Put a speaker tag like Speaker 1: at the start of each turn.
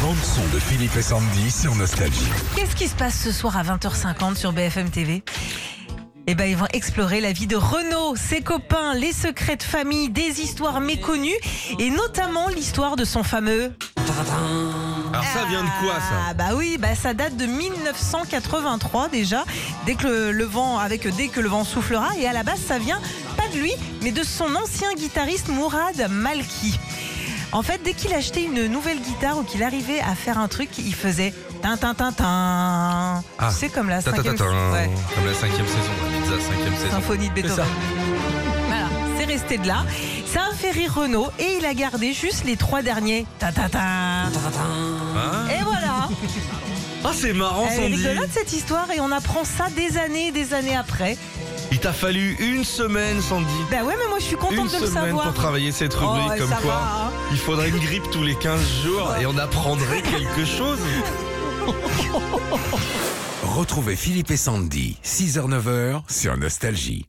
Speaker 1: bande son de Philippe et Sandy sur Nostalgie.
Speaker 2: Qu'est-ce qui se passe ce soir à 20h50 sur BFM TV eh ben, ils vont explorer la vie de Renaud, ses copains, les secrets de famille, des histoires méconnues et notamment l'histoire de son fameux.
Speaker 3: Alors ça vient de quoi ça
Speaker 2: Ah bah oui, bah ça date de 1983 déjà. Dès que le, le vent, avec dès que le vent soufflera, et à la base ça vient pas de lui, mais de son ancien guitariste Mourad Malki. En fait, dès qu'il achetait une nouvelle guitare ou qu'il arrivait à faire un truc, il faisait tin tin tin tin.
Speaker 3: Ah,
Speaker 2: C'est comme la
Speaker 3: Ta ta ta
Speaker 2: cinquième
Speaker 3: ta.
Speaker 2: ouais,
Speaker 3: Comme la cinquième saison, la pizza cinquième saison.
Speaker 2: symphonie de Beethoven. Voilà, c'est resté de là. Ça a fait rire Renaud et il a gardé juste les trois derniers. Ta ta ta.
Speaker 3: Ah,
Speaker 2: Et voilà.
Speaker 3: Ah, c'est marrant
Speaker 2: Eh, Elle est
Speaker 3: Sandy
Speaker 2: rigolote cette histoire et on apprend ça des années et des années après.
Speaker 3: Il t'a fallu une semaine Sandy
Speaker 2: Bah ouais, mais moi je suis contente
Speaker 3: Une
Speaker 2: de le
Speaker 3: semaine
Speaker 2: savoir.
Speaker 3: pour travailler cette
Speaker 2: Oh,
Speaker 3: rubrique comme
Speaker 2: ça
Speaker 3: quoi
Speaker 2: va, hein.
Speaker 3: il faudrait une grippe tous les 15 jours et on apprendrait quelque chose.
Speaker 1: Retrouvez Philippe et Sandy, 6h-9h sur Nostalgie.